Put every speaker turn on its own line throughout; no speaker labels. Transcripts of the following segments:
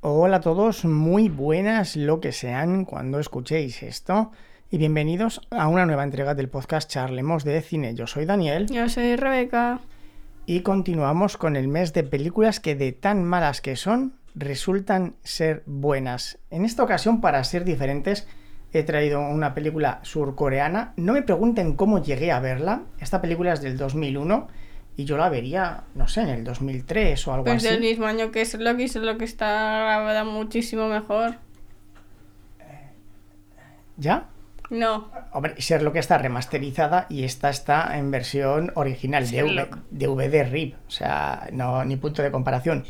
Hola a todos, muy buenas lo que sean cuando escuchéis esto y bienvenidos a una nueva entrega del podcast Charlemos de Cine. Yo soy Daniel
Yo soy Rebeca.
y continuamos con el mes de películas que de tan malas que son resultan ser buenas. En esta ocasión, para ser diferentes, he traído una película surcoreana. No me pregunten cómo llegué a verla. Esta película es del 2001 y yo la vería, no sé, en el 2003 o algo
Pues
así.
del mismo año que es Loki, solo que está grabada muchísimo mejor.
¿Ya?
No,
Hombre, Sherlock está remasterizada y esta está en versión original, DV,
Sherlock.
DVD RIP, o sea, no, ni punto de comparación.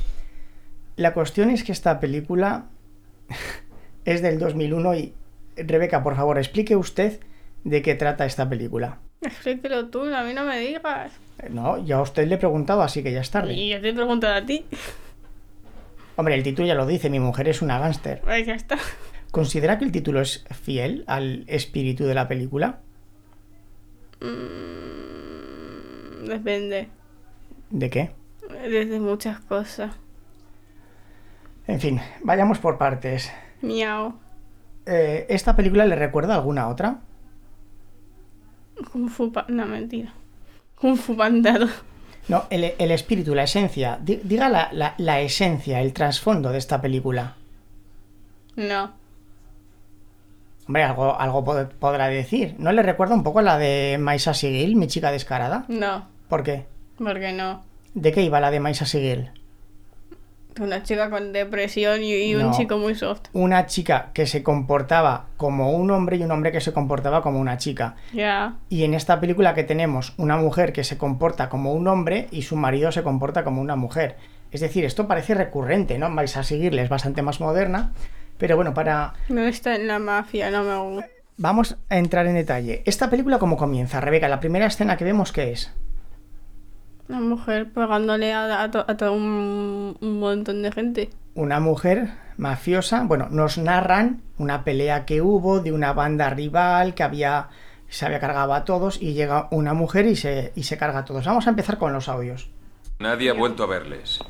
La cuestión es que esta película es del 2001 y, Rebeca, por favor, explique usted de qué trata esta película.
explíquelo tú, a mí no me digas.
Eh, No, ya a usted le he preguntado, así que ya es tarde.
Y yo te he preguntado a ti.
Hombre, el título ya lo dice, mi mujer es una gángster.
Pues ya está.
¿Considera que el título es fiel al espíritu de la película?
Mm, Depende.
¿De qué?
Desde muchas cosas.
En fin, vayamos por partes.
Miau.
Eh, ¿Esta película le recuerda a alguna otra?
Kung Fu Panda. No, mentira. Kung Fu Panda. dos.
No, el, el espíritu, la esencia. Di- diga la, la- la esencia, el trasfondo de esta película.
No.
Hombre, algo, algo pod- podrá decir. ¿No le recuerda un poco a la de Maisa Sigil, mi chica descarada?
No.
¿Por qué?
Porque no.
¿De qué iba la de Maisa Sigil?
Una chica con depresión y, y un
No.
chico muy soft.
Una chica que se comportaba como un hombre y un hombre que se comportaba como una chica.
Ya.
Y en esta película que tenemos una mujer que se comporta como un hombre y su marido se comporta como una mujer. Es decir, esto parece recurrente, ¿no? Vais a seguirle, es bastante más moderna. Pero bueno, para.
No está en la mafia, no me gusta.
Vamos a entrar en detalle. ¿Esta película cómo comienza, Rebeca? La primera escena que vemos, ¿qué es?
Una mujer pagándole a, a to- a todo un, un montón de gente.
Una mujer mafiosa. Bueno, nos narran una pelea que hubo de una banda rival que había. se había cargado a todos y llega una mujer y se, y se carga a todos. Vamos a empezar con los audios.
Nadie ha vuelto a verles.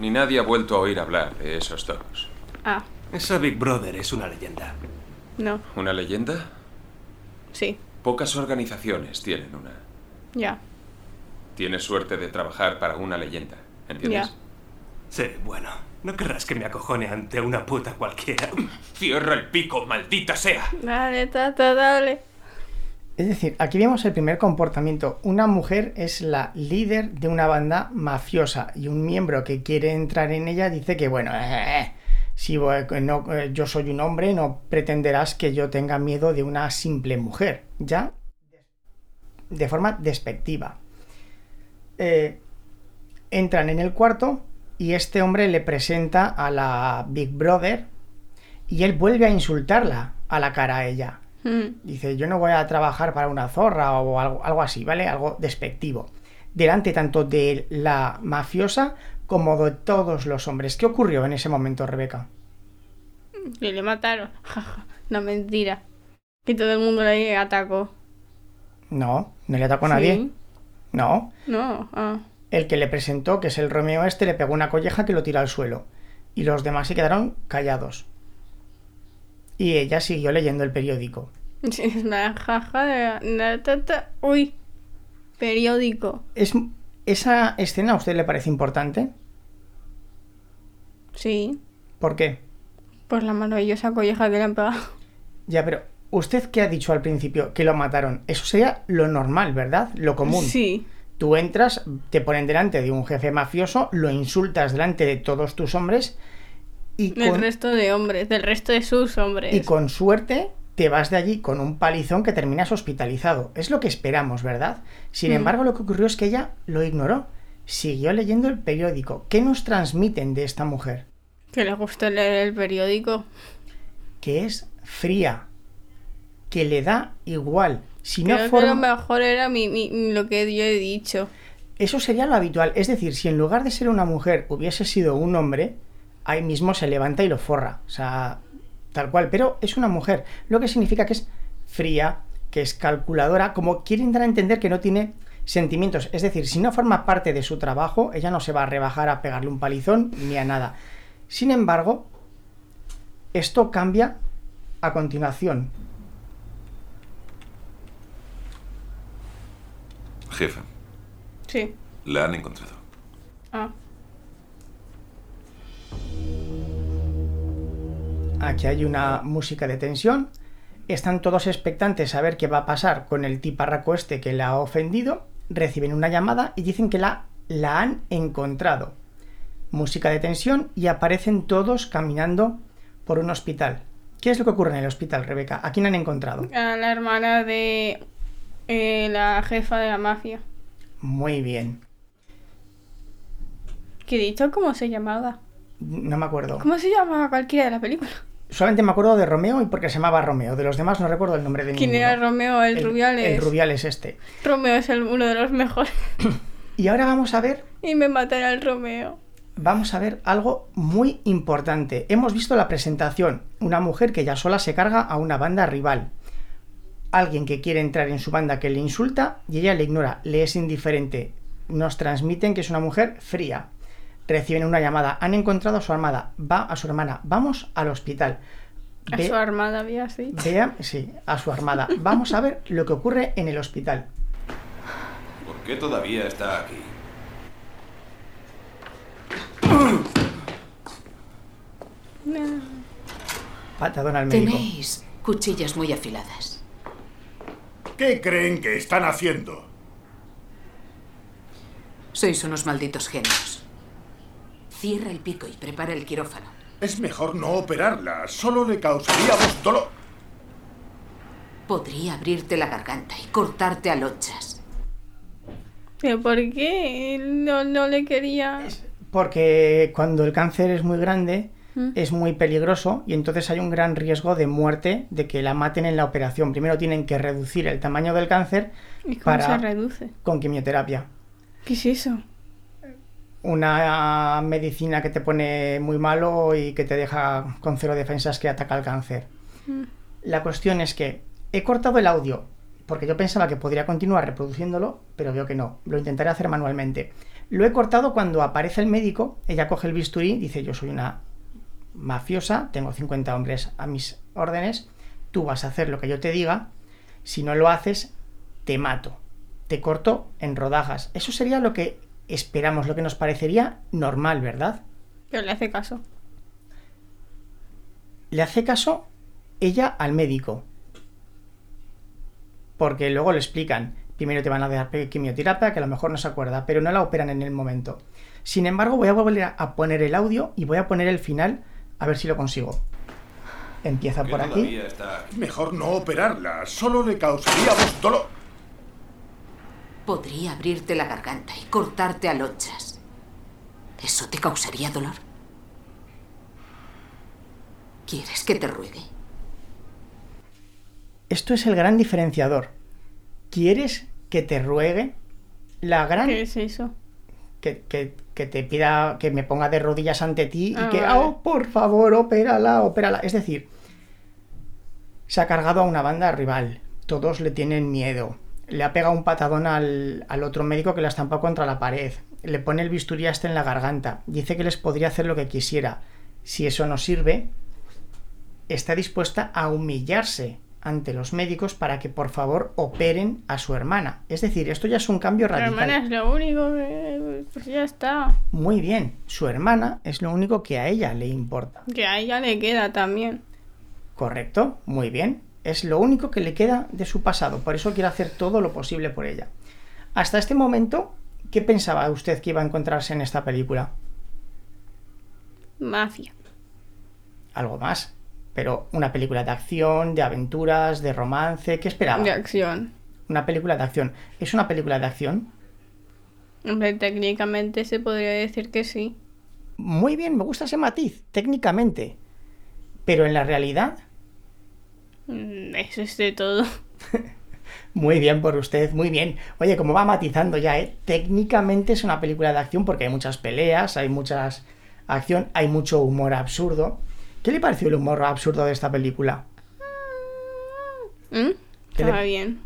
Ni nadie ha vuelto a oír hablar de esos dos.
Ah,
Esa Big Brother es una leyenda.
no,
¿Una leyenda?
sí,
Pocas organizaciones tienen una.
ya.
Tienes suerte de trabajar para una leyenda, ¿entiendes?
Ya.
Sí, bueno, no querrás que me acojone ante una puta cualquiera.
¡Cierra el pico, maldita sea!
Dale, tata, dale.
Es decir, aquí vemos el primer comportamiento. Una mujer es la líder de una banda mafiosa y un miembro que quiere entrar en ella dice que, bueno, eh, si voy- no, eh, yo soy un hombre, no pretenderás que yo tenga miedo de una simple mujer, ¿ya? De forma despectiva. Eh, entran en el cuarto y este hombre le presenta a la Big Brother y él vuelve a insultarla a la cara a ella.
Mm,
Dice, yo no voy a trabajar para una zorra o algo, algo así, ¿vale? Algo despectivo. Delante tanto de la mafiosa como de todos los hombres. ¿Qué ocurrió en ese momento, Rebeca?
Y le mataron. Jaja, no, mentira. Y todo el mundo le atacó.
No, no le atacó a
Sí.
nadie. No.
No, ah.
El que le presentó, que es el Romeo este, le pegó una colleja que lo tiró al suelo. Y los demás se quedaron callados. Y ella siguió leyendo el periódico.
Sí, es una jaja de la tata. Uy, periódico.
¿Es, ¿Esa escena a usted le parece importante?
Sí,
¿Por qué?
por la maravillosa colleja que le han pegado.
Ya, pero usted que ha dicho al principio que lo mataron, eso sería lo normal, ¿verdad? Lo común.
Sí,
Tú entras, te ponen delante de un jefe mafioso, lo insultas delante de todos tus hombres y
del
con,
resto de hombres, del resto de sus hombres.
y con suerte te vas de allí con un palizón que terminas hospitalizado. Es lo que esperamos, ¿verdad? Sin
Mm.
embargo, lo que ocurrió es que ella lo ignoró. Siguió leyendo el periódico. ¿Qué nos transmiten de esta mujer?
Que le gusta leer el periódico.
Que es fría, que le da igual. Si no
Creo que
forma...
lo mejor era mi, mi- lo que yo he dicho.
Eso sería lo habitual. Es decir, si en lugar de ser una mujer hubiese sido un hombre, ahí mismo se levanta y lo forra. O sea, tal cual. Pero es una mujer. Lo que significa que es fría, que es calculadora, como quieren dar a entender que no tiene sentimientos. Es decir, si no forma parte de su trabajo, ella no se va a rebajar a pegarle un palizón ni a nada. Sin embargo, esto cambia a continuación.
Jefe,
Sí.
la han encontrado.
Ah.
Aquí hay una música de tensión. Están todos expectantes a ver qué va a pasar con el tiparraco este que la ha ofendido. Reciben una llamada y dicen que la, la han encontrado. Música de tensión y aparecen todos caminando por un hospital. ¿Qué es lo que ocurre en el hospital, Rebeca? ¿A quién han encontrado?
A la hermana de eh, la jefa de la mafia.
Muy bien.
¿Qué he dicho? ¿Cómo se llamaba?
No me acuerdo.
¿Cómo se llamaba cualquiera de la película?
Solamente me acuerdo de Romeo y porque se llamaba Romeo. De los demás no recuerdo el nombre de
¿Quién
ninguno.
era Romeo? El, Rubiales.
El Rubiales este.
Romeo es el- uno de los mejores.
Y ahora vamos a ver
y me matará el Romeo.
vamos a ver algo muy importante. Hemos visto la presentación, una mujer que ya sola se carga a una banda rival. Alguien que quiere entrar en su banda que le insulta y ella le ignora, le es indiferente. Nos transmiten que es una mujer fría. Reciben una llamada, han encontrado a su armada, va a su hermana, vamos al hospital.
A
Ve-
su armada había así.
vea- sí, a su armada. Vamos a ver lo que ocurre en el hospital.
¿Por qué todavía está aquí?
Patadón al médico.
Tenéis cuchillas muy afiladas.
¿Qué creen que están haciendo?
Sois unos malditos genios. Cierra el pico y prepara el quirófano.
Es mejor no operarla, solo le causaríamos dolor.
Podría abrirte la garganta y cortarte a lonchas.
¿Pero por qué? Él No, no le quería.
Porque cuando el cáncer es muy grande,
¿Mm?
es muy peligroso y entonces hay un gran riesgo de muerte de que la maten en la operación. Primero tienen que reducir el tamaño del cáncer
¿Y cómo
Para-
se reduce?
con quimioterapia.
¿Qué es eso?
Una medicina que te pone muy malo y que te deja con cero defensas que ataca el cáncer. La cuestión es que he cortado el audio porque yo pensaba que podría continuar reproduciéndolo, pero veo que no. Lo intentaré hacer manualmente. Lo he cortado cuando aparece el médico, ella coge el bisturí, dice yo soy una mafiosa, tengo 50 hombres a mis órdenes, tú vas a hacer lo que yo te diga, si no lo haces, te mato, te corto en rodajas. Eso sería lo que esperamos, lo que nos parecería normal, ¿verdad?
Pero le hace caso.
le hace caso ella al médico. Porque luego le explican, primero te van a dar pe- quimioterapia, que a lo mejor no se acuerda, pero no la operan en el momento. Sin embargo, voy a volver a- a poner el audio y voy a poner el final a ver si lo consigo. Empieza
¿Por qué
por aquí.
todavía está aquí?
Es mejor no operarla, solo le causaríamos dolor.
Podría abrirte la garganta y cortarte a lonchas. ¿Eso te causaría dolor? ¿Quieres que te ruegue?
Esto es el gran diferenciador. ¿Quieres que te ruegue? La gran
¿Qué es eso?
que, que- que te pida que me ponga de rodillas ante ti
Ah,
y que,
vale.
"Oh, por favor, opérala, opérala. Es decir, se ha cargado a una banda rival. Todos le tienen miedo. Le ha pegado un patadón al, al otro médico que la estampa contra la pared. Le pone el bisturí hasta en la garganta. Dice que les podría hacer lo que quisiera. Si eso no sirve, está dispuesta a humillarse ante los médicos para que por favor operen a su hermana. Es decir, esto ya es un cambio
La
radical.
hermana es lo único que. Pues ya está.
Muy bien, su hermana es lo único que a ella le importa.
Que a ella le queda también.
¿Correcto? Muy bien. Es lo único que le queda de su pasado, por eso quiere hacer todo lo posible por ella. Hasta este momento, ¿qué pensaba usted que iba a encontrarse en esta película?
Mafia.
Algo más. Pero una película de acción, de aventuras, de romance, ¿qué esperaba?
De acción.
Una película de acción. ¿Es una película de acción?
Hombre, técnicamente se podría decir que sí.
Muy bien, me gusta ese matiz, técnicamente. Pero en la realidad,
Mm, Eso es de todo.
Muy bien por usted, muy bien. Oye, como va matizando ya, ¿eh? técnicamente es una película de acción porque hay muchas peleas, hay muchas acción, hay mucho humor absurdo. ¿Qué le pareció el humor absurdo de esta película?
¿Mm?
¿Qué
Estaba
le-
bien.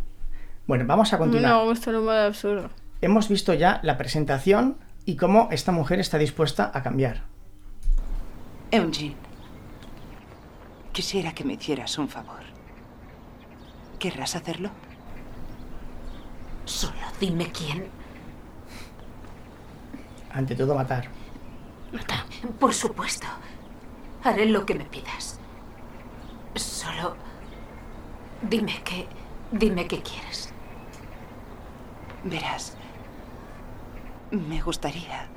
Bueno, vamos a
A mí
continuar.
no me gusta el humor absurdo.
Hemos visto ya la presentación y cómo esta mujer está dispuesta a cambiar.
Eugene, quisiera que me hicieras un favor. ¿Querrás hacerlo?
Solo dime quién.
Ante todo, matar.
Por supuesto. Haré lo que me pidas. Solo... Dime qué... Dime qué quieres.
Verás, me gustaría...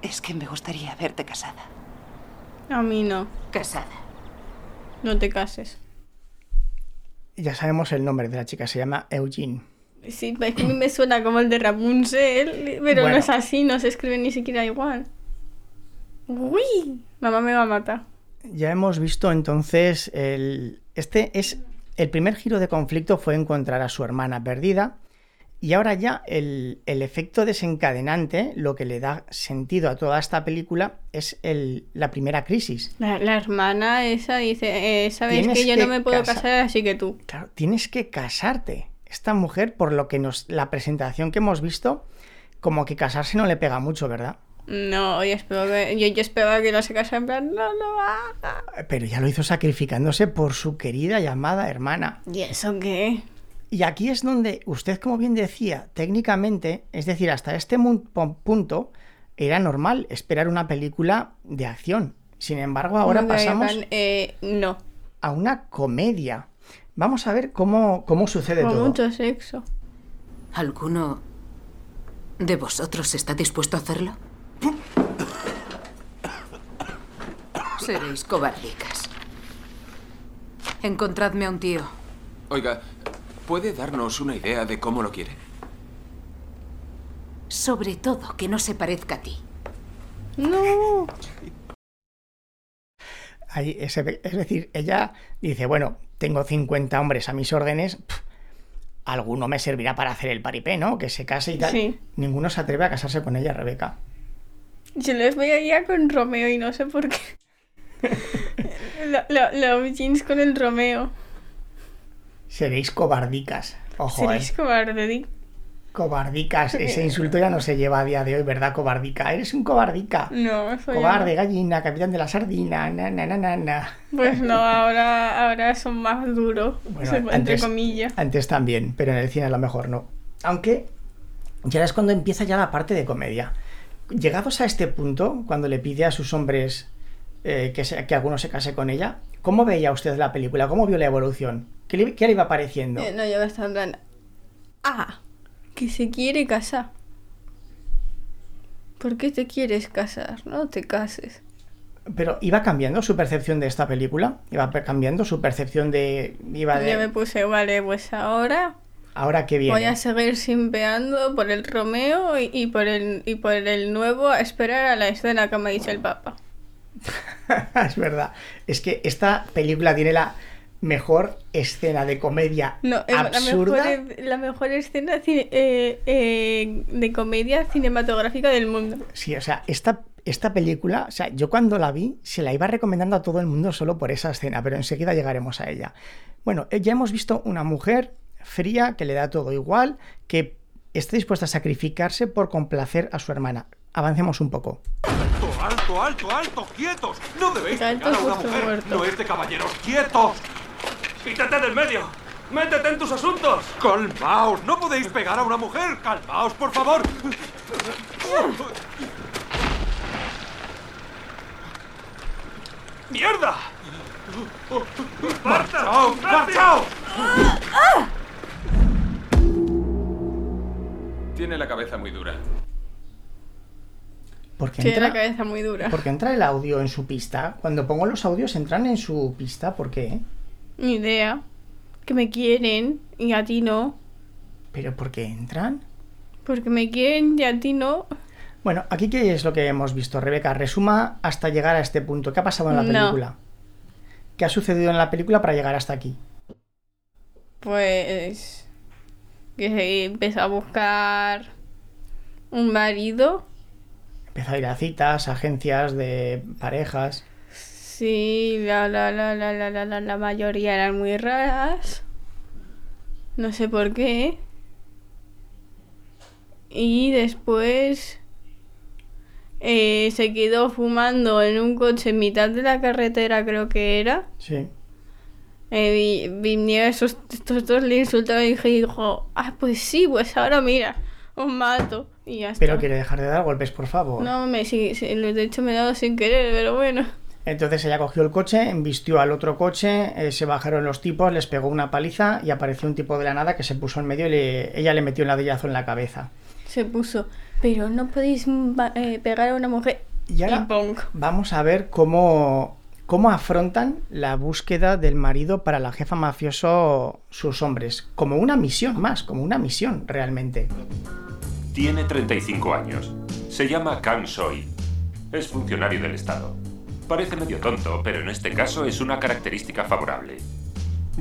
Es que me gustaría verte casada.
A mí no.
Casada.
No te cases.
Ya sabemos el nombre de la chica, se llama Eugene.
Sí, es que a mí me suena como el de Rapunzel, pero
Bueno.
no es así, no se escribe ni siquiera igual. Uy, mamá me va a matar.
Ya hemos visto entonces el. Este es. El primer giro de conflicto fue encontrar a su hermana perdida. Y ahora ya el, el efecto desencadenante, lo que le da sentido a toda esta película, es el- la primera crisis.
La, la hermana esa dice, eh, sabes
Tienes
que yo
que
no me puedo
casar-
casar, así que tú.
Claro, tienes que casarte. Esta mujer, por lo que nos. la presentación que hemos visto, como que casarse no le pega mucho, ¿verdad?
No, yo espero que, yo, yo esperaba que no se casara en plan, no lo haga.
Pero ya lo hizo sacrificándose por su querida y amada hermana.
¿Y eso qué?
Y aquí es donde usted, como bien decía, técnicamente, es decir, hasta este mun- pon- punto era normal esperar una película de acción. Sin embargo, ahora
Como que
pasamos
van, eh, no,
a una comedia. Vamos a ver cómo, cómo sucede
con
todo.
mucho sexo.
¿Alguno de vosotros está dispuesto a hacerlo? Seréis cobardicas. Encontradme a un tío.
Oiga, ¿puede darnos una idea de cómo lo quiere?
Sobre todo que no se parezca a ti.
No.
Ahí, ese pe- es decir, ella dice, bueno, tengo 50 hombres a mis órdenes, pf, alguno me servirá para hacer el paripé, ¿no? Que se case y tal.
Sí.
Ninguno se atreve a casarse con ella, Rebeca.
Yo los veía con Romeo y no sé por qué. Lo- lo- Los jeans con el Romeo.
Seréis cobardicas. Ojo, eh.
Seréis cobarde.
Cobardicas, ese insulto ya no se lleva a día de hoy, ¿verdad? Cobardica, eres un cobardica.
Mm, pues No, soy
Cobarde, gallina, capitán de la sardina, na, na, na, na, na.
Pues no, ahora, ahora son más duros.
Bueno,
se- entre
antes-
comillas.
Antes también, pero en el cine a lo mejor no. Aunque ya es cuando empieza ya la parte de comedia. Llegados a este punto, cuando le pide a sus hombres eh, que, se- que alguno se case con ella, ¿cómo veía usted la película? ¿Cómo vio la evolución? ¿Qué le, qué le iba pareciendo?
Eh, No, yo me estaba en plan. Ah, que se quiere casar. ¿Por qué te quieres casar? No te cases.
Pero iba cambiando su percepción de esta película, iba pe- cambiando su percepción de... Iba de...
Yo me puse, vale, pues ahora
Ahora que viene.
Voy a seguir simpeando por el Romeo y, y por el y por el nuevo a esperar a la escena que me ha dicho el Papa.
es verdad. Es que esta película tiene la mejor escena de comedia
No, eh,
absurda.
La, mejor, la mejor escena ci- eh, eh, de comedia cinematográfica del mundo.
Sí, o sea, esta, esta película, o sea, yo cuando la vi se la iba recomendando a todo el mundo solo por esa escena, pero enseguida llegaremos a ella. Bueno, eh, ya hemos visto una mujer fría que le da todo igual, que está dispuesta a sacrificarse por complacer a su hermana. Avancemos un poco.
¡Alto, alto, alto, alto! ¡Quietos! ¡No debéis
Alto,
pegar a una
justo,
mujer!
muerto.
¡No es de caballeros! ¡Quietos! ¡Quítate del medio! ¡Métete en tus asuntos! ¡Calmaos! ¡No podéis pegar a una mujer! ¡Calmaos, por favor! ¡Mierda! ¡Marchaos! ¡Marchaos!
Tiene la cabeza muy dura.
Porque
Tiene la
entra,
cabeza muy dura.
porque entra el audio en su pista. Cuando pongo los audios entran en su pista, ¿por qué?
Ni idea. Que me quieren y a ti no.
¿Pero por qué entran?
Porque me quieren y a ti no.
Bueno, aquí qué es lo que hemos visto, Rebeca. Resuma hasta llegar a este punto. ¿Qué ha pasado en la
No.
película? ¿Qué ha sucedido en la película para llegar hasta aquí?
Pues que se empezó a buscar un marido.
Empezó a ir a citas, agencias de parejas.
Sí, la, la, la, la, la, la, la, la mayoría eran muy raras. No sé por qué. Y después eh, se quedó fumando en un coche en mitad de la carretera, creo que era.
Sí.
Eh, vi- vinieron esos, estos dos, le insultaron y dije, dijo, ah, pues sí, pues ahora mira, os mato. Y ya está.
Pero quiere dejar de dar golpes, por favor.
No, me, sí, sí, lo- de hecho me he dado sin querer, pero bueno.
Entonces ella cogió el coche, embistió al otro coche, eh, se bajaron los tipos, les pegó una paliza y apareció un tipo de la nada que se puso en medio y le- ella le metió un ladillazo en la cabeza.
Se puso, pero no podéis ba- eh, pegar a una mujer.
Y ahora
punk.
vamos a ver cómo, cómo afrontan la búsqueda del marido para la jefa mafioso sus hombres. Como una misión más, como una misión realmente.
Tiene 35 años. Se llama Kang Soi. Es funcionario del Estado. Parece medio tonto, pero en este caso es una característica favorable.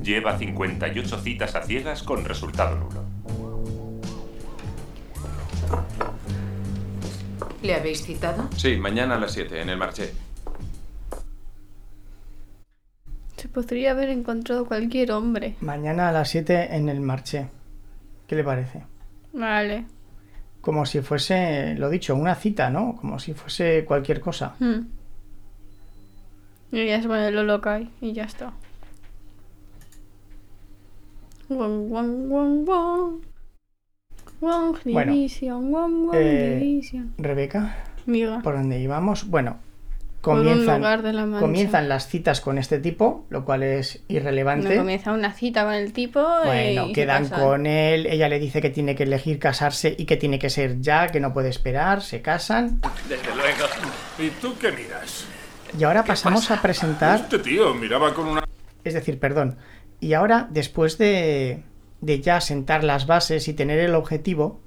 Lleva 58 citas a ciegas con resultado nulo.
¿Le habéis citado?
Sí, mañana a las 7, en el marché.
Se podría haber encontrado cualquier hombre.
Mañana a las 7 en el marché. ¿Qué le parece?
Vale.
Como si fuese, lo dicho, una cita, ¿no? Como si fuese cualquier cosa.
Hmm. Y ya se pone el holocaust y ya está. Guan, guan, guan, guan. Guan,
Bueno,
división, guan, guan,
eh,
división.
Rebeca,
Miga,
por donde íbamos. Bueno,
por un
comienzan,
lugar de la mancha.
comienzan las citas con este tipo, lo cual es irrelevante.
No, comienza una cita con el tipo. eh, y
Bueno,
se
quedan
casan.
con él, ella le dice que tiene que elegir casarse y que tiene que ser ya, que no puede esperar, se casan.
Desde luego. ¿Y tú qué miras?
Y ahora pasamos a presentar,
Este tío miraba con una...
es decir, perdón, y ahora después de, de ya sentar las bases y tener el objetivo,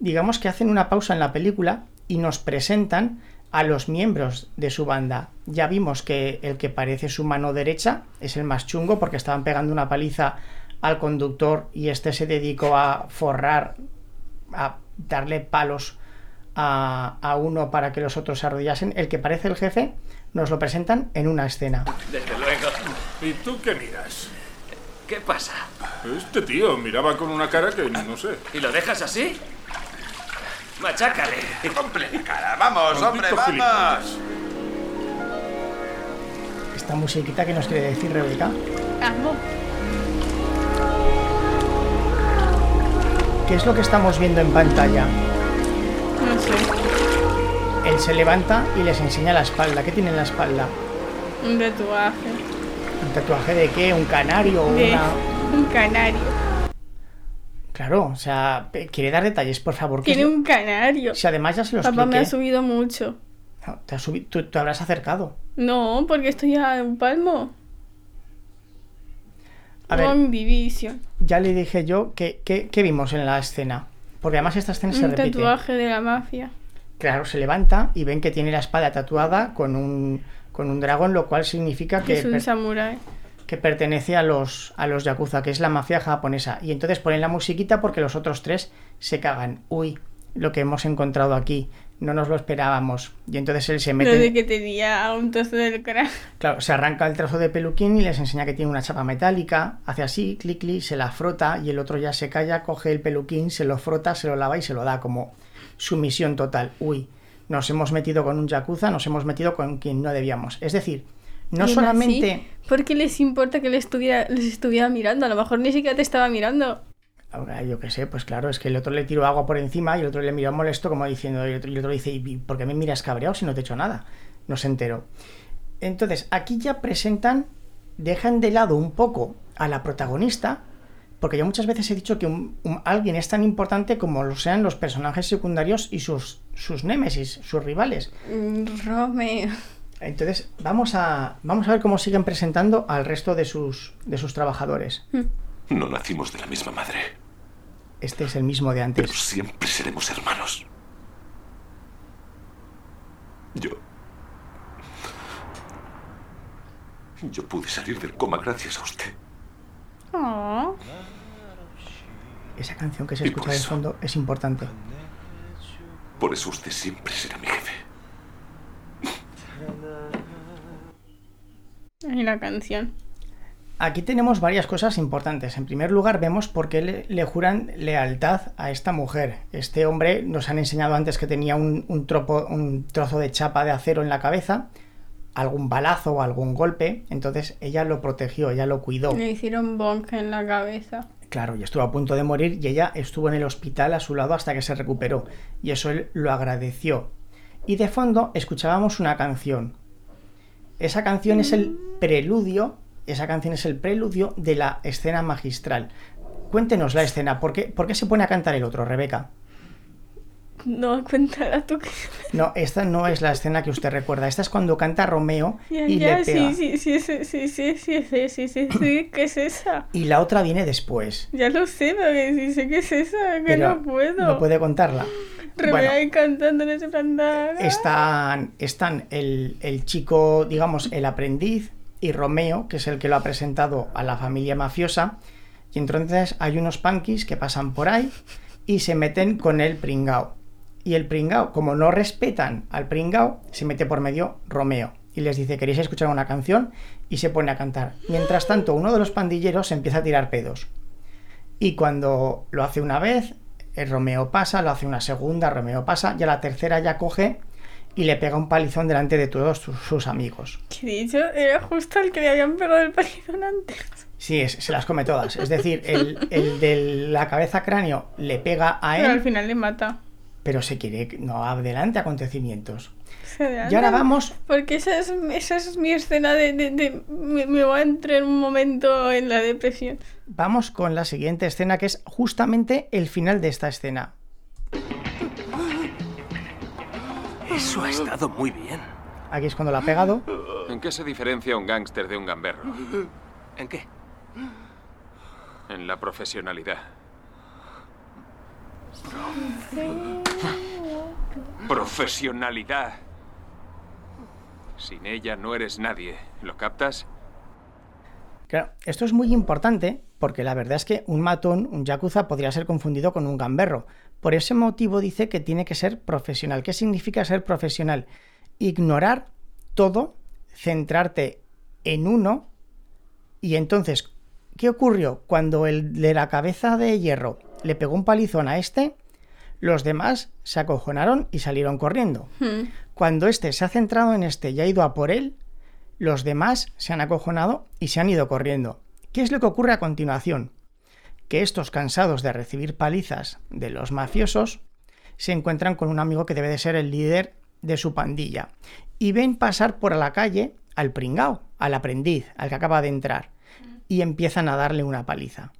digamos que hacen una pausa en la película y nos presentan a los miembros de su banda. Ya vimos que el que parece su mano derecha es el más chungo porque estaban pegando una paliza al conductor y este se dedicó a forrar, a darle palos a, a uno para que los otros se arrodillasen. El que parece el jefe nos lo presentan en una escena.
Desde luego.
¿Y tú qué miras?
¿Qué pasa?
Este tío miraba con una cara que no sé.
¿Y lo dejas así? Machácale.
Cara, vamos, hombre,
Maldito
vamos.
Esta musiquita que nos quiere decir Rebeca.
Hazlo.
¿Qué es lo que estamos viendo en pantalla?
No sé.
Él se levanta y les enseña la espalda. ¿Qué tiene en la espalda?
Un tatuaje.
¿Un tatuaje de qué? ¿Un canario?
De
Una...
un canario.
Claro, o sea, pe- quiere dar detalles, por favor. ¿qué es
Tiene
lo-
un canario.
Si además ya se los
Papá me ha
expliqué.
subido mucho.
No, te, has subi- tú te habrás acercado.
No, porque estoy a un palmo.
A ver.
One Division.
Ya le dije yo que, que- que vimos en la escena. Porque además esta escena se
Un
repite.
tatuaje de la mafia.
Claro, se levanta y ven que tiene la espada tatuada con un, con un dragón, lo cual significa que,
es un
per-
samurái.
que pertenece a los, a los Yakuza, que es la mafia japonesa. Y entonces ponen la musiquita porque los otros tres se cagan. Uy, lo que hemos encontrado aquí, no nos lo esperábamos. Y entonces él se
Lo
mete...
de que tenía un trozo del cráneo.
Claro, se arranca el trazo de peluquín y les enseña que tiene una chapa metálica, hace así, clic, clic, se la frota y el otro ya se calla, coge el peluquín, se lo frota, se lo lava y se lo da como sumisión total. Uy, nos hemos metido con un yakuza, nos hemos metido con quien no debíamos. Es decir, no
Y aún
solamente...
así, ¿Por qué les importa que les estuviera, les estuviera mirando? A lo mejor ni siquiera te estaba mirando.
Ahora, yo qué sé, pues claro, es que el otro le tiró agua por encima y el otro le miró molesto como diciendo, y el otro, y el otro dice, ¿y por qué me miras cabreado si no te he hecho nada? No se enteró. Entonces, aquí ya presentan, dejan de lado un poco a la protagonista, porque yo muchas veces he dicho que un- un- alguien es tan importante como lo sean los personajes secundarios y sus, sus némesis, sus rivales.
Mm, Romeo.
Entonces, vamos a, vamos a ver cómo siguen presentando al resto de sus, de sus trabajadores.
No nacimos de la misma madre,
Este es el mismo de
pero
antes.
siempre seremos hermanos. Yo. Yo pude salir del coma gracias a usted.
Oh,
Esa canción que se
Y
escucha
por
de
eso.
fondo es importante.
Por eso usted siempre será mi jefe.
y la canción.
Aquí tenemos varias cosas importantes. En primer lugar, vemos por qué le, le juran lealtad a esta mujer. Este hombre nos han enseñado antes que tenía un, un tropo- un trozo de chapa de acero en la cabeza, algún balazo o algún golpe. Entonces ella lo protegió, ella lo cuidó.
Le hicieron bonk en la cabeza.
Claro, y estuvo a punto de morir y ella estuvo en el hospital a su lado hasta que se recuperó. Y eso él lo agradeció. Y de fondo escuchábamos una canción. Esa canción es el preludio, esa canción es el preludio de la escena magistral. Cuéntenos la escena, ¿por qué, por qué se pone a cantar el otro, Rebeca?
No, cuéntala tú que...
No, esta no es la escena que usted recuerda, esta es cuando canta Romeo
Ya,
y
ya,
le pega.
sí, sí, sí, sí, sí, sí, sí, sí, sí, sí, sí, ¿qué es esa?
Y la otra viene después.
Ya lo sé, pero que sí sé qué es esa, que
pero
no puedo.
No puede contarla.
Re-
Bueno.
ahí cantando en ese plan.
están, están el, el chico, digamos, el aprendiz y Romeo, que es el que lo ha presentado a la familia mafiosa. Y entonces hay unos punkis que pasan por ahí y se meten con el pringao. Y el pringao, como no respetan al pringao, se mete por medio Romeo. Y les dice, ¿queréis escuchar una canción? Y se pone a cantar. Mientras tanto, uno de los pandilleros empieza a tirar pedos. Y cuando lo hace una vez, el Romeo pasa, lo hace una segunda, Romeo pasa, y a la tercera ya coge y le pega un palizón delante de todos sus, sus amigos.
Que dicho, era justo el que le habían pegado el palizón antes.
Sí, es- se las come todas. Es decir, el, el de la cabeza cráneo le pega a
Pero al
él,
final le mata.
pero se quiere no adelante acontecimientos.
Se da-
Y ahora vamos,
Porque esa es, esa es mi escena de... de- de- me, me voy a entrar un momento en la depresión.
vamos con la siguiente escena, que es justamente el final de esta escena.
Eso ha estado muy bien.
Aquí es cuando la ha pegado.
¿En qué se diferencia un gángster de un gamberro?
¿En qué?
En la profesionalidad. Profesionalidad. Sin ella no eres nadie. ¿Lo captas?
Claro, esto es muy importante porque la verdad es que un matón, un yakuza, podría ser confundido con un gamberro. Por ese motivo dice que tiene que ser profesional. ¿Qué significa ser profesional? Ignorar todo, centrarte en uno y entonces, ¿qué ocurrió? Cuando el de la cabeza de hierro le pegó un palizón a este, los demás se acojonaron y salieron corriendo.
Hmm.
Cuando este se ha centrado en este y ha ido a por él, los demás se han acojonado y se han ido corriendo. ¿Qué es lo que ocurre a continuación? Que estos cansados de recibir palizas de los mafiosos se encuentran con un amigo que debe de ser el líder de su pandilla y ven pasar por la calle al pringao, al aprendiz, al que acaba de entrar y empiezan a darle una paliza.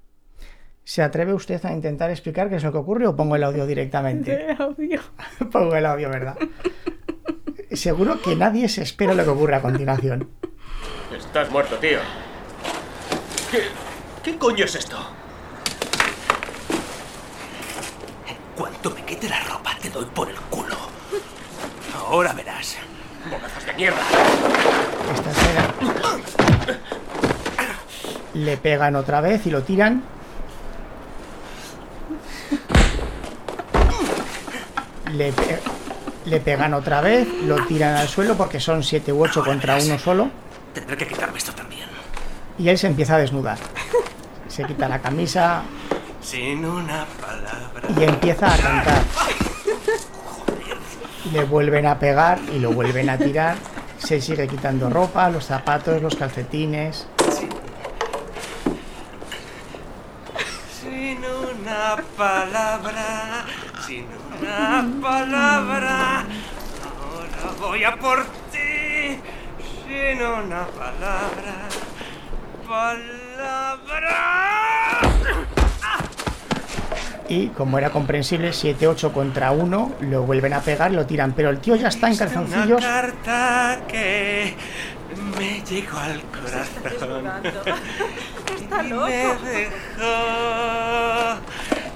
¿Se atreve usted a intentar explicar qué es lo que ocurre o pongo el audio directamente?
Era obvio.
Pongo el audio, ¿verdad? Seguro que nadie se espera lo que ocurra a continuación.
Estás muerto, tío.
¿Qué, qué coño es esto? En cuanto me quite la ropa, te doy por el culo. Ahora verás.
Bocazas de mierda.
Esta escena. Le pegan otra vez y lo tiran. Le, pe- le pegan otra vez, lo tiran al suelo porque son 7 u 8 contra uno solo.
Tendré que quitarme esto también.
Y él se empieza a desnudar. Se quita la camisa
Sin una palabra.
y empieza a cantar. Le vuelven a pegar y lo vuelven a tirar. Se sigue quitando ropa, los zapatos, los calcetines.
Sin una palabra. Sin una palabra. Ahora voy a por ti. Sin una palabra. Palabra.
Y como era comprensible, 7-8 contra 1, lo vuelven a pegar, lo tiran. Pero el tío ya está en
Una
calzoncillos.
carta que me llegó al corazón.
Está
Y me dejó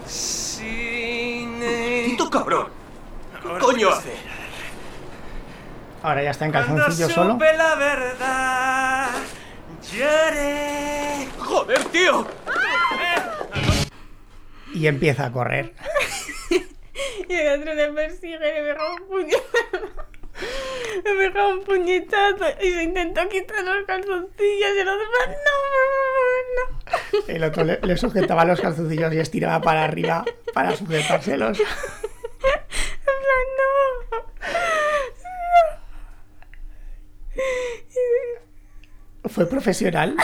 sin.
Tito cabrón.
Ahora
coño
sí.
hace?
Ahora ya está en
Cuando
calzoncillos solo.
supe la verdad, lloré.
Joder, tío.
Y empieza a correr.
Y el otro le persigue y le pega un puño. Me pegó un puñetazo y se intentó quitar los calzoncillos y el otro no, no, no.
El otro le, le sujetaba los calzoncillos y estiraba para arriba para sujetárselos.
En plan, no.
Fue profesional,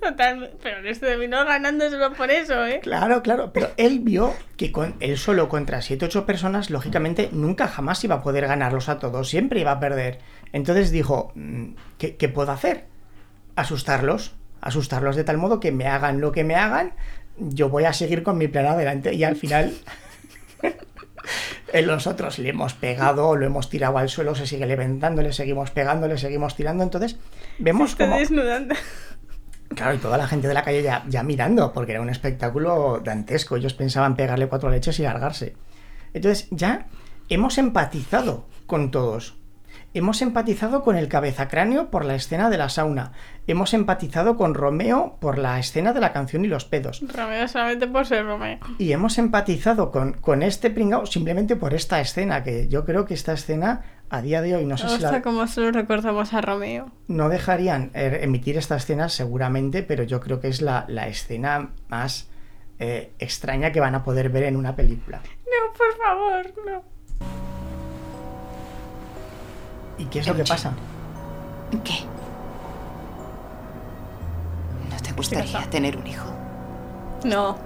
Total, pero les terminó ganando solo por eso, ¿eh?
claro, claro. Pero él vio que con él solo contra 7-8 personas, lógicamente, nunca jamás iba a poder ganarlos a todos. Siempre iba a perder. Entonces dijo, mm, ¿qué, qué puedo hacer? Asustarlos. Asustarlos de tal modo que me hagan lo que me hagan. Yo voy a seguir con mi plan adelante y al final... eh, Nosotros le hemos pegado, lo hemos tirado al suelo, se sigue levantando, le seguimos pegando, le seguimos tirando. Entonces, vemos
Está
como.
desnudando.
Claro, y toda la gente de la calle ya, ya mirando, porque era un espectáculo dantesco. Ellos pensaban pegarle cuatro leches y largarse. Entonces, ya hemos empatizado con todos. Hemos empatizado con el cabezacráneo por la escena de la sauna. Hemos empatizado con Romeo por la escena de la canción y los pedos.
Romeo solamente por ser Romeo.
Y hemos empatizado con, con este pringao simplemente por esta escena, que yo creo que esta escena a día de hoy no sé si la...
Hasta como solo recordamos a Romeo.
No dejarían eh, emitir esta escena seguramente, pero yo creo que es la, la escena más eh, extraña que van a poder ver en una película.
No, por favor, no.
¿Y qué es lo que pasa?
¿Qué? ¿No te gustaría tener un hijo?
No.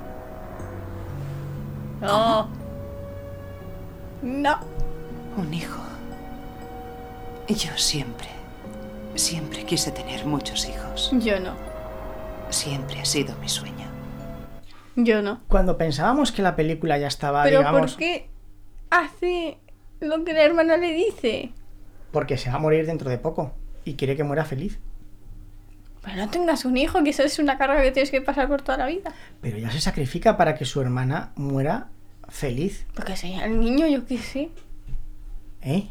No. No.
Un hijo. Yo siempre, siempre quise tener muchos hijos.
Yo no.
Siempre ha sido mi sueño.
Yo no.
Cuando pensábamos que la película ya estaba,
Pero
Ah, digamos,
¿por qué hace lo que la hermana le dice?
porque se va a morir dentro de poco y quiere que muera feliz.
Pero no tengas un hijo, que eso es una carga que tienes que pasar por toda la vida.
Pero ya se sacrifica para que su hermana muera feliz,
Porque si el niño, yo qué sé.
¿eh?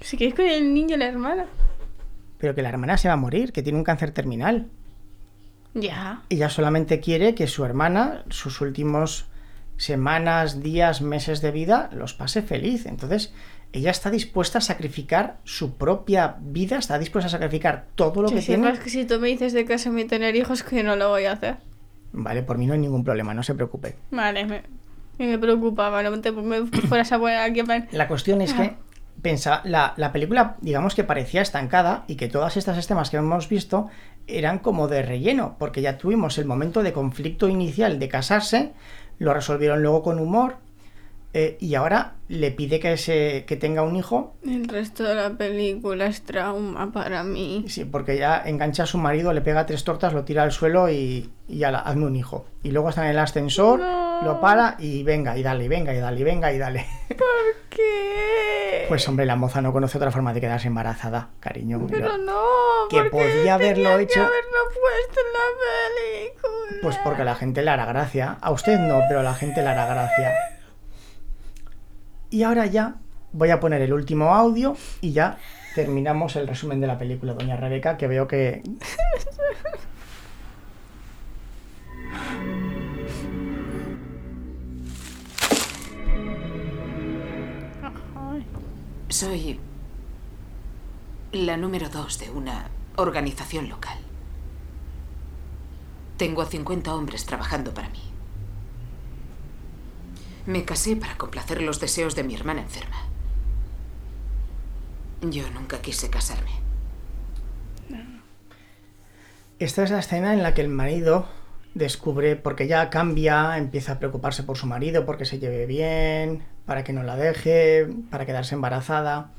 Si quieres con el niño y la hermana.
Pero que la hermana se va a morir, que tiene un cáncer terminal.
Ya.
Ella solamente quiere que su hermana, sus últimos semanas, días, meses de vida, los pase feliz. Entonces, ella está dispuesta a sacrificar su propia vida, está dispuesta a sacrificar todo lo
Que
que
sepas
tiene.
que si tú me dices de casa me tener hijos, que no lo voy a hacer.
Vale, por mí no hay ningún problema, no se preocupe.
Vale, me, y me preocupaba, no te me fueras a poner aquí en plan.
La cuestión es que
Ah.
pensaba, la, la película, digamos que parecía estancada y que todas estas escenas que hemos visto eran como de relleno, porque ya tuvimos el momento de conflicto inicial de casarse, lo resolvieron luego con humor, eh, y ahora le pide que, se, que tenga un hijo,
El resto de la película es trauma para mí.
sí, porque ya engancha a su marido, le pega tres tortas, lo tira al suelo y, y ala, hazme un hijo. Y luego está en el ascensor,
No.
lo para y venga, y dale, y venga, y dale, y venga, y dale.
¿Qué?
Pues hombre, la moza no conoce otra forma de quedarse embarazada, cariño.
Pero
mira.
no,
que
¿por qué
podía haberlo
tenía que
hecho-
haberlo puesto en la película.
Pues porque a la gente le hará gracia. A usted no, pero a la gente le hará gracia. Y ahora ya voy a poner el último audio y ya terminamos el resumen de la película, doña Rebeca, que veo que...
Ay,
Soy la número dos de una organización local. Tengo a 50 hombres trabajando para mí. Me casé para complacer los deseos de mi hermana enferma. Yo nunca quise casarme.
Esta es la escena en la que el marido descubre, porque ya cambia, empieza a preocuparse por su marido, porque se lleve bien, para que no la deje, para quedarse embarazada.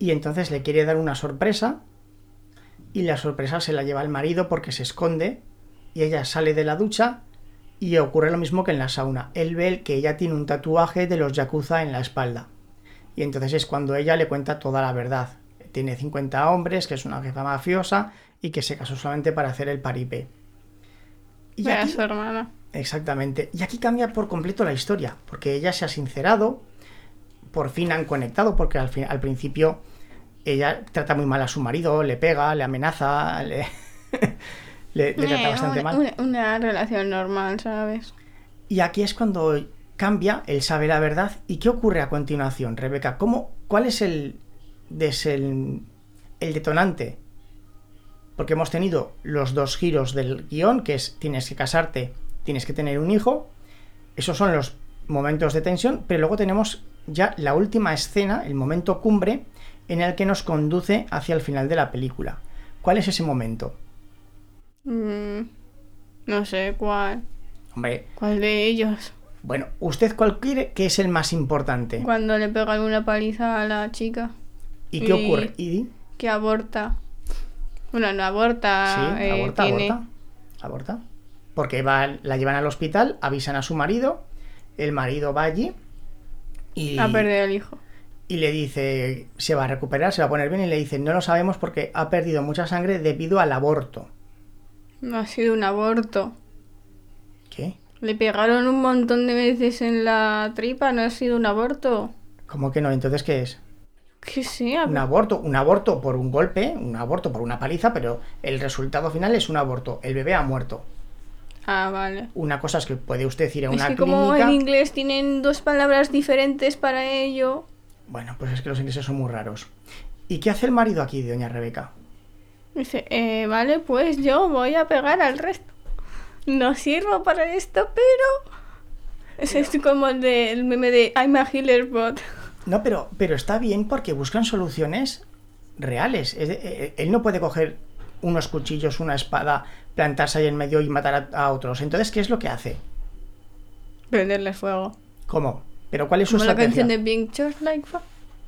Y entonces le quiere dar una sorpresa y la sorpresa se la lleva el marido porque se esconde y ella sale de la ducha y ocurre lo mismo que en la sauna. Él ve que ella tiene un tatuaje de los yakuza en la espalda. Y entonces es cuando ella le cuenta toda la verdad. Tiene 50 hombres, que es una jefa mafiosa y que se casó solamente para hacer el paripé. Y
ve a
aquí-
su hermana.
Exactamente. Y aquí cambia por completo la historia, porque ella se ha sincerado, por fin han conectado, porque al, fin- al principio ella trata muy mal a su marido, le pega, le amenaza, le, le- le trata
Eh,
bastante
una,
mal.
Una, una relación normal, ¿sabes?
Y aquí es cuando cambia, él sabe la verdad. ¿Y qué ocurre a continuación, Rebeca? ¿Cómo, ¿Cuál es el, des- el, el detonante? Porque hemos tenido los dos giros del guión, que es tienes que casarte, tienes que tener un hijo. Esos son los momentos de tensión, pero luego tenemos ya la última escena, el momento cumbre, en el que nos conduce hacia el final de la película. ¿Cuál es ese momento?
Mm, no sé cuál.
Hombre,
¿Cuál de ellos?
bueno, ¿usted cuál cree que es el más importante?
Cuando le pegan una paliza a la chica.
¿Y qué ocurre? ¿Y?
Que aborta. Bueno, no aborta.
Sí,
eh,
aborta,
tiene-
aborta. Aborta. Porque va, la llevan al hospital, avisan a su marido, el marido va allí y,
Ha perdido el hijo.
y le dice, se va a recuperar, se va a poner bien y le dice, no lo sabemos porque ha perdido mucha sangre debido al aborto.
No ha sido un aborto.
¿Qué?
Le pegaron un montón de veces en la tripa, no ha sido un aborto.
¿Cómo que no? Entonces, ¿qué es?
¿Qué sea?
Un aborto, un aborto por un golpe, un aborto por una paliza, pero el resultado final es un aborto. El bebé ha muerto.
Ah, vale.
Una cosa es que puede usted ir a
Es
una
que como
clínica.
en inglés tienen dos palabras diferentes para ello.
Bueno, pues es que los ingleses son muy raros. ¿Y qué hace el marido aquí, doña Rebeca?
Dice, eh, vale, pues yo voy a pegar al resto. No sirvo para esto, pero... Es, es como el, de- el meme de I'm a healer bot.
No, pero, pero está bien porque buscan soluciones reales. Es de- eh, él no puede coger unos cuchillos, una espada, plantarse ahí en medio y matar a, a otros. Entonces, ¿qué es lo que hace?
Prenderle fuego.
¿Cómo? ¿Pero cuál es su
Como la
estrategia?
canción de Being Just Like Fuck.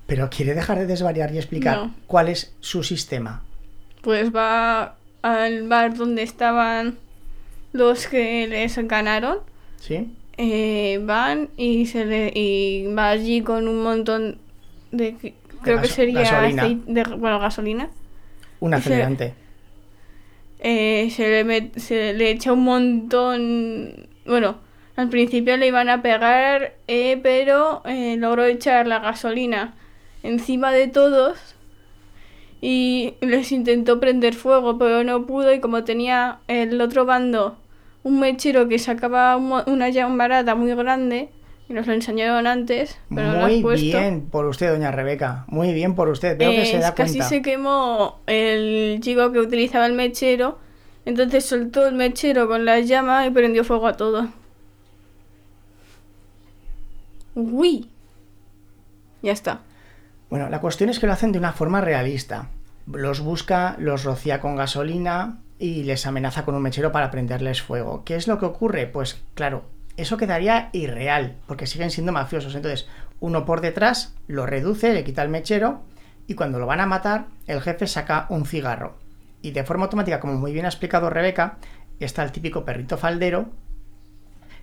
Pero quiere dejar de desvariar y explicar
No.
cuál es su sistema.
Pues va al bar donde estaban los que les ganaron.
¿Sí?
Eh, van y se le y va allí con un montón de creo que
gaso-
sería
gasolina.
aceite de, bueno gasolina
Un
Y se-
acelerante.
Eh, se le met- se le echa un montón bueno al principio le iban a pegar eh, pero eh, logró echar la gasolina encima de todos y les intentó prender fuego pero no pudo y como tenía el otro bando un mechero que sacaba un mo- una llamarada muy grande y nos lo enseñaron antes pero no lo has
Muy
puesto
bien por usted, doña Rebeca. Muy bien por usted. Veo que
eh,
se da
casi
cuenta.
se quemó el chico que utilizaba el mechero. Entonces soltó el mechero con las llamas y prendió fuego a todo. Uy. Ya está.
Bueno, la cuestión es que lo hacen de una forma realista. Los busca, los rocía con gasolina y les amenaza con un mechero para prenderles fuego. ¿Qué es lo que ocurre? Pues claro, eso quedaría irreal, porque siguen siendo mafiosos. Entonces, uno por detrás lo reduce, le quita el mechero y cuando lo van a matar, el jefe saca un cigarro. Y de forma automática, como muy bien ha explicado Rebeca, está el típico perrito faldero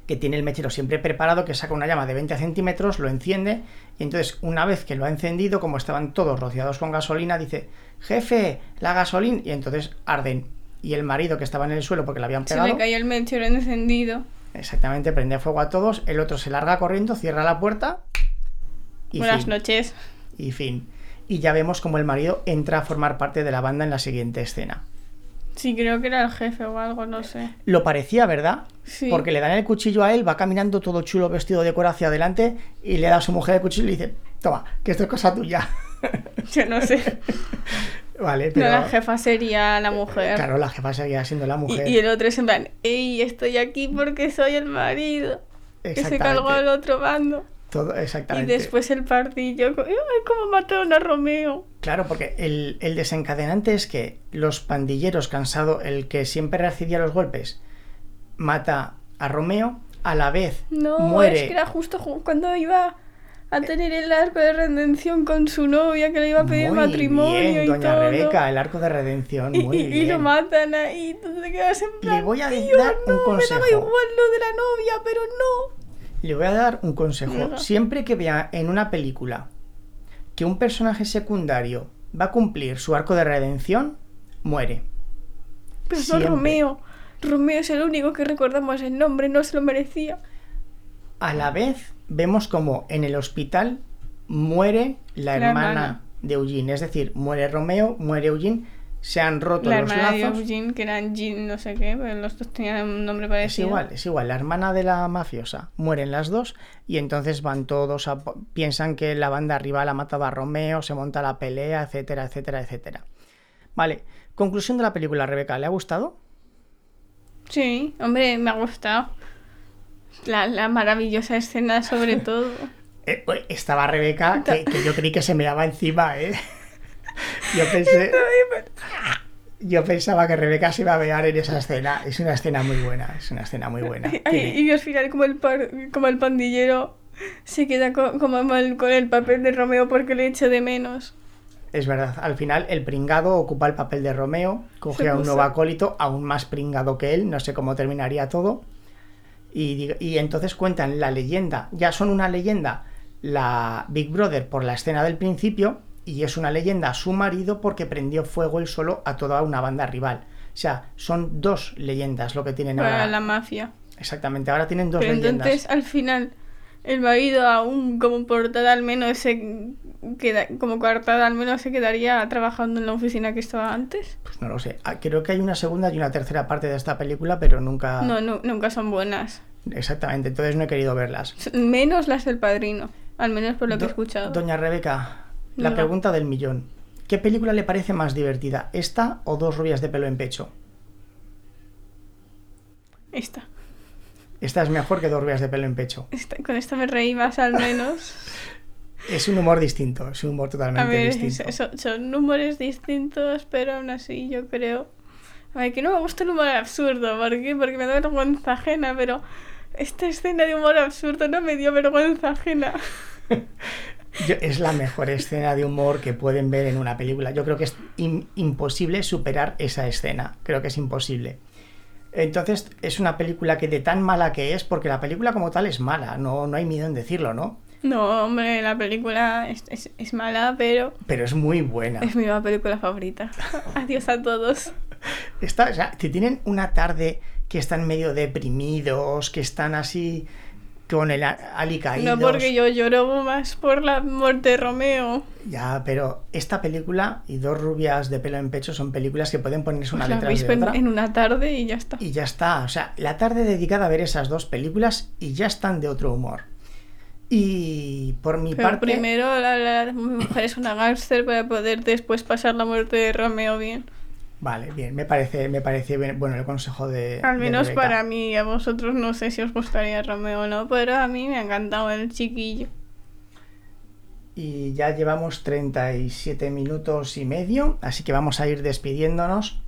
que tiene el mechero siempre preparado, que saca una llama de 20 centímetros, lo enciende, y entonces una vez que lo ha encendido, como estaban todos rociados con gasolina, dice, jefe, la gasolina, y entonces arden. Y el marido que estaba en el suelo porque le habían
Se
pegado,
le cayó el mechero encendido.
exactamente, prende fuego a todos, el otro se larga corriendo, cierra la puerta, y
Buenas
fin,
noches.
y fin. Y ya vemos como el marido entra a formar parte de la banda en la siguiente escena.
Sí, creo que era el jefe o algo, no sé.
Lo parecía, ¿verdad?
Sí.
Porque le dan el cuchillo a él, va caminando todo chulo, vestido de cuero hacia adelante, y le da a su mujer el cuchillo y le dice, toma, que esto es cosa tuya.
Yo no sé.
vale,
No,
pero...
la jefa sería la mujer.
Claro, la jefa seguía siendo la
Y,
mujer.
y el otro es en plan, ¡Ey, estoy aquí porque soy el marido! Que se
Exactamente.
cargó al otro bando.
Todo,
Y
exactamente.
después el partillo. co- ¡Ay, cómo mataron a Romeo!
Claro, porque el, el desencadenante es que los pandilleros cansado, el que siempre recibía los golpes, mata a Romeo, a la vez
No,
muere...
es que era justo ju- cuando iba a tener el arco de redención con su novia que le iba a pedir
Muy
matrimonio
bien,
y
doña
todo.
Rebeca, el arco de redención,
y,
muy
y-
bien.
y lo matan ahí. Tú te quedas en plan.
Le voy a
"Tío,
dar un
no, me daba
consejo".
igual lo de la novia, pero no.
Le voy a dar un consejo.
Venga.
Siempre que vea en una película que un personaje secundario va a cumplir su arco de redención, muere.
Pero
Siempre.
no Romeo. Romeo es el único que recordamos el nombre, no se lo merecía.
A la vez, vemos como en el hospital muere la,
La
hermana,
hermana.
de Eugene. Es decir, muere Romeo, muere Eugene. se han roto
La
los
hermana de
lazos.
Eugene, que eran Jean no sé qué, pero los dos tenían un nombre
Es
parecido.
igual, es igual. La hermana de la mafiosa mueren las dos y entonces van todos a. po- piensan que la banda rival ha matado a Romeo, se monta la pelea, etcétera, etcétera, etcétera. Vale, conclusión de la película, Rebeca, ¿le ha gustado?
Sí, hombre, me ha gustado. La, la maravillosa escena, sobre todo.
Eh, uy, estaba Rebeca, que, que yo creí que se me daba encima, ¿eh? Yo pensé. Yo pensaba que Rebeca se iba a vear en esa escena. Es una escena muy buena, es una escena muy buena.
Ay, y al final, como el, par- como el pandillero se queda co- como mal con el papel de Romeo porque le echa de menos.
Es verdad, al final el pringado ocupa el papel de Romeo, coge
Se
a un
puso.
nuevo acólito, aún más pringado que él, no sé cómo terminaría todo. Y, digo- y entonces cuentan la leyenda, ya son una leyenda, la Big Brother por la escena del principio, y es una leyenda su marido porque prendió fuego él solo a toda una banda rival. O sea, son dos leyendas lo que tienen
Para
ahora.
la mafia.
Exactamente, ahora tienen dos
Pero
leyendas.
entonces al final el marido aún como portada al menos se queda como coartada al menos se quedaría trabajando en la oficina que estaba antes.
Pues no lo sé. Ah, Creo que hay una segunda y una tercera parte de esta película, pero nunca...
No, nu- nunca son buenas.
Exactamente, entonces no he querido verlas.
Menos las del padrino, al menos por lo que he escuchado.
Doña Rebeca, la
Diga.
pregunta del millón. ¿Qué película le parece más divertida, esta o dos rubias de pelo en pecho?
Esta,
Esta es mejor que dos rubias de pelo en pecho.
esta- con esta me reí más al menos.
Es un humor distinto, es un humor
A
totalmente
ver, es-
distinto.
son, son humores distintos, pero aún así yo creo... A ver, que no me gusta el humor absurdo, ¿por qué? Porque me da vergüenza ajena, pero esta escena de humor absurdo no me dio vergüenza ajena.
Yo- es la mejor escena de humor que pueden ver en una película. Yo creo que es im- imposible superar esa escena. Creo que es imposible. Entonces, es una película que de tan mala que es, porque la película como tal es mala, no, no hay miedo en decirlo, ¿no?
No, hombre, la película es, es- es mala, pero
Pero es muy buena.
es mi nueva película favorita. Adiós a todos.
Está, o sea, que tienen una tarde que están medio deprimidos, que están así con el a- ali caídos.
No porque yo lloro más por la muerte de Romeo.
Ya, pero esta película y Dos rubias de pelo en pecho son películas que pueden ponerse una
Pues la
detrás
veis
de
en,
otra.
en una tarde y ya está.
Y ya está. O sea, la tarde dedicada a ver esas dos películas y ya están de otro humor. Y por mi
Pero
parte.
primero la, la- la mujer es una gángster para poder después pasar la muerte de Romeo bien.
Vale, bien, me parece, me parece bien, bueno el consejo de.
Al
de
menos
Rebeca.
para mí, a vosotros no sé si os gustaría Romeo o no, pero a mí me ha encantado el chiquillo.
Y ya llevamos 37 minutos y medio, así que vamos a ir despidiéndonos.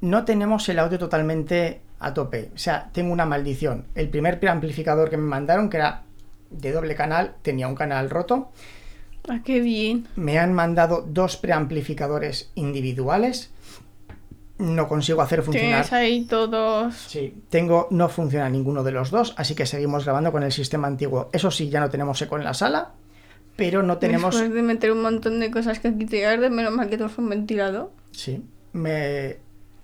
No tenemos el audio totalmente a tope, o sea, tengo una maldición. El primer amplificador que me mandaron, que era de doble canal, tenía un canal roto.
Ah, qué bien.
Me han mandado dos preamplificadores individuales. No consigo hacer funcionar.
Tienes ahí todos.
Sí. Tengo, no funciona ninguno de los dos, así que seguimos grabando con el sistema antiguo. Eso sí, ya no tenemos eco en la sala, pero no tenemos.
Después de meter un montón de cosas que aquí te de menos mal que todo fue un ventilador.
Sí. Me,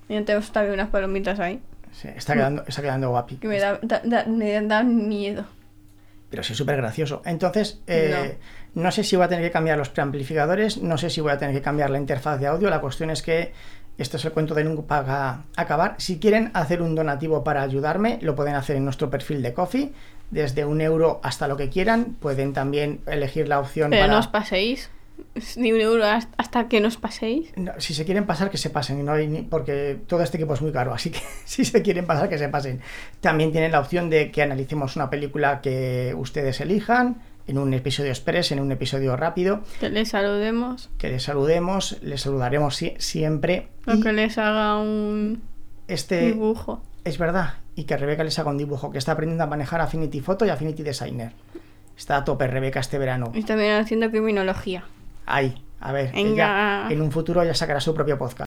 Y no tengo todavía unas palomitas ahí.
Sí, está quedando, está quedando guapi.
Que me, da, da- da- me dan miedo.
Pero sí, súper gracioso. Entonces, eh, no. sé si voy a tener que cambiar los preamplificadores, no sé si voy a tener que cambiar la interfaz de audio. La cuestión es que este es el cuento de nunca paga acabar. Si quieren hacer un donativo para ayudarme, lo pueden hacer en nuestro perfil de Coffee. Desde un euro hasta lo que quieran. Pueden también elegir la opción
Pero
para...
no os paséis. Ni un euro hasta- hasta que nos paséis.
No, si se quieren pasar, que se pasen, no hay ni- porque todo este equipo es muy caro, así que si se quieren pasar, que se pasen. También tienen la opción de que analicemos una película que ustedes elijan, en un episodio express, en un episodio rápido,
Que les saludemos.
que les saludemos, les saludaremos sie- siempre.
O que les haga un
Este
dibujo.
es verdad, y que Rebeca les haga un dibujo, que está aprendiendo a manejar Affinity Photo y Affinity Designer. Está a tope Rebeca este verano.
Y también haciendo criminología.
Ahí, a ver,
Venga.
ella en un futuro ya sacará su propio podcast.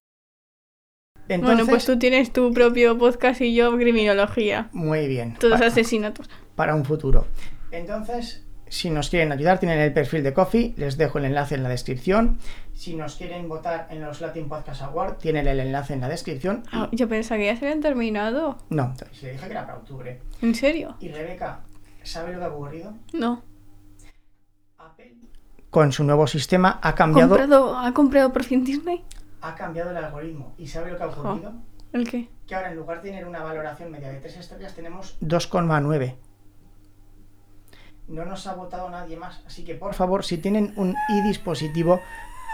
bueno, pues tú tienes tu propio podcast y yo criminología.
Muy bien.
Todos
Pa-
asesinatos.
para un futuro. Entonces, si nos quieren ayudar, tienen el perfil de Coffee, les dejo el enlace en la descripción. Si nos quieren votar en los Latin Podcast Award, tienen el enlace en la descripción.
Ah, yo pensaba que ya se habían terminado.
No, se dije que era para octubre.
¿En serio?
Y Rebeca, ¿sabe lo que ha ocurrido?
No.
Con su nuevo sistema ha cambiado,
¿Comprado, ¿Ha comprado por fin Disney?
ha cambiado el algoritmo. ¿Y sabe lo que ha
Jo.
ocurrido?
¿El qué?
Que ahora en lugar de tener una valoración media de 3 estrellas tenemos 2,9. No nos ha votado nadie más, así que por favor, si tienen un i-dispositivo,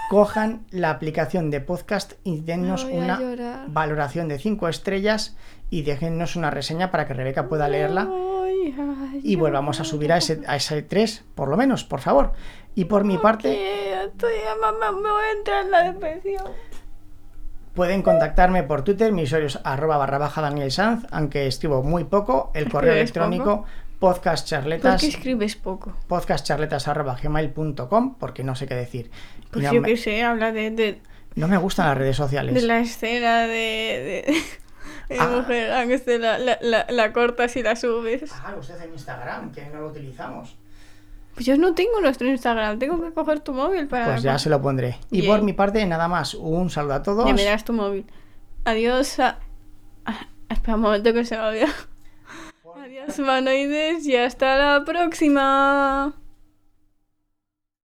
cojan la aplicación de podcast y dennos
Me voy a
una
llorar.
valoración de 5 estrellas y déjennos una reseña para que Rebeca pueda leerla
Ay, ay,
y volvamos a subir a ese, a ese 3, por lo menos, por favor. Y por mi parte,
ay, estoy, mamá, me voy a entrar en la depresión.
Pueden contactarme por Twitter, mi usuario es arroba barra baja Daniel Sanz, aunque escribo muy poco, el correo
Escribes
electrónico
¿Por
podcastcharletas,
qué escribes poco?
podcastcharletas arroba gmail.com, porque no sé qué decir.
Pues
no,
yo
me,
qué sé, habla de, de,
no me gustan las redes sociales.
de la escena de, de, de
Ah.
mujer, aunque se la, la, la, la cortas y la subes.
Hágalo usted en Instagram, que no lo utilizamos.
Pues yo no tengo nuestro Instagram, tengo que coger tu móvil para...
Pues ya se lo pondré. Y
Ah, Bien.
por mi parte, nada más. Un saludo a todos.
Ya me das tu móvil. Adiós a... Ah, espera un momento que se me olvidó. Adiós, humanoides, y hasta la próxima.